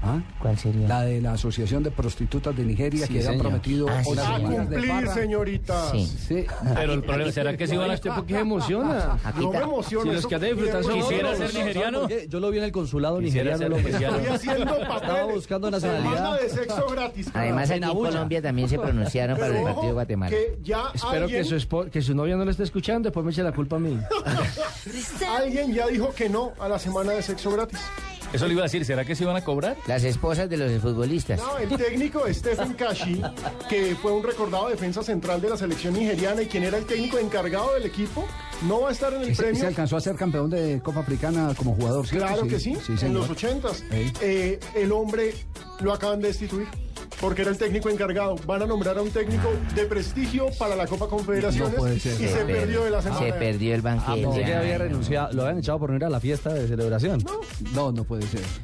¿Ah? ¿Cuál sería? La de la Asociación de Prostitutas de Nigeria que habían prometido Ah, sí, horas señor. seguidas de cumplir, farra. señorita. Sí. Sí. Pero el problema será que si van a usted porque se emociona. Aquí No me ta- emociono. Si los eso que han de disfrutar son quisiera otros. ser nigeriano. Yo lo vi en el consulado Quisiera nigeriano. ser lo nigeriano. ofrecieron. Estoy haciendo papeles. Estaba buscando nacionalidad. Semana de sexo gratis. Además, aquí en Abuya. Colombia también se pronunciaron para el Pero partido de ojo, Guatemala. Que ya Espero que alguien, su, espo- que su novia no le esté escuchando, después me eche la culpa a mí. alguien ya dijo que no a la semana de sexo gratis. Eso le iba a decir, ¿será que se iban a cobrar? Las esposas de los futbolistas. No, el técnico Stephen Kashi, que fue un recordado defensa central de la selección nigeriana y quien era el técnico encargado del equipo, no va a estar en el Y se, y premio. se alcanzó a ser campeón de Copa Africana como jugador. ¿cierto? Claro que sí, en señor. los ochentas. Ey. Eh, el hombre lo acaban de destituir porque era el técnico encargado. Van a nombrar a un técnico de prestigio para la Copa Confederaciones No puede ser. y se per- perdió de la semana. Se perdió el Ah, pensé banquete. que había Ay, no. renunciado. Lo habían echado por no ir a la fiesta de celebración. No, no puede ser.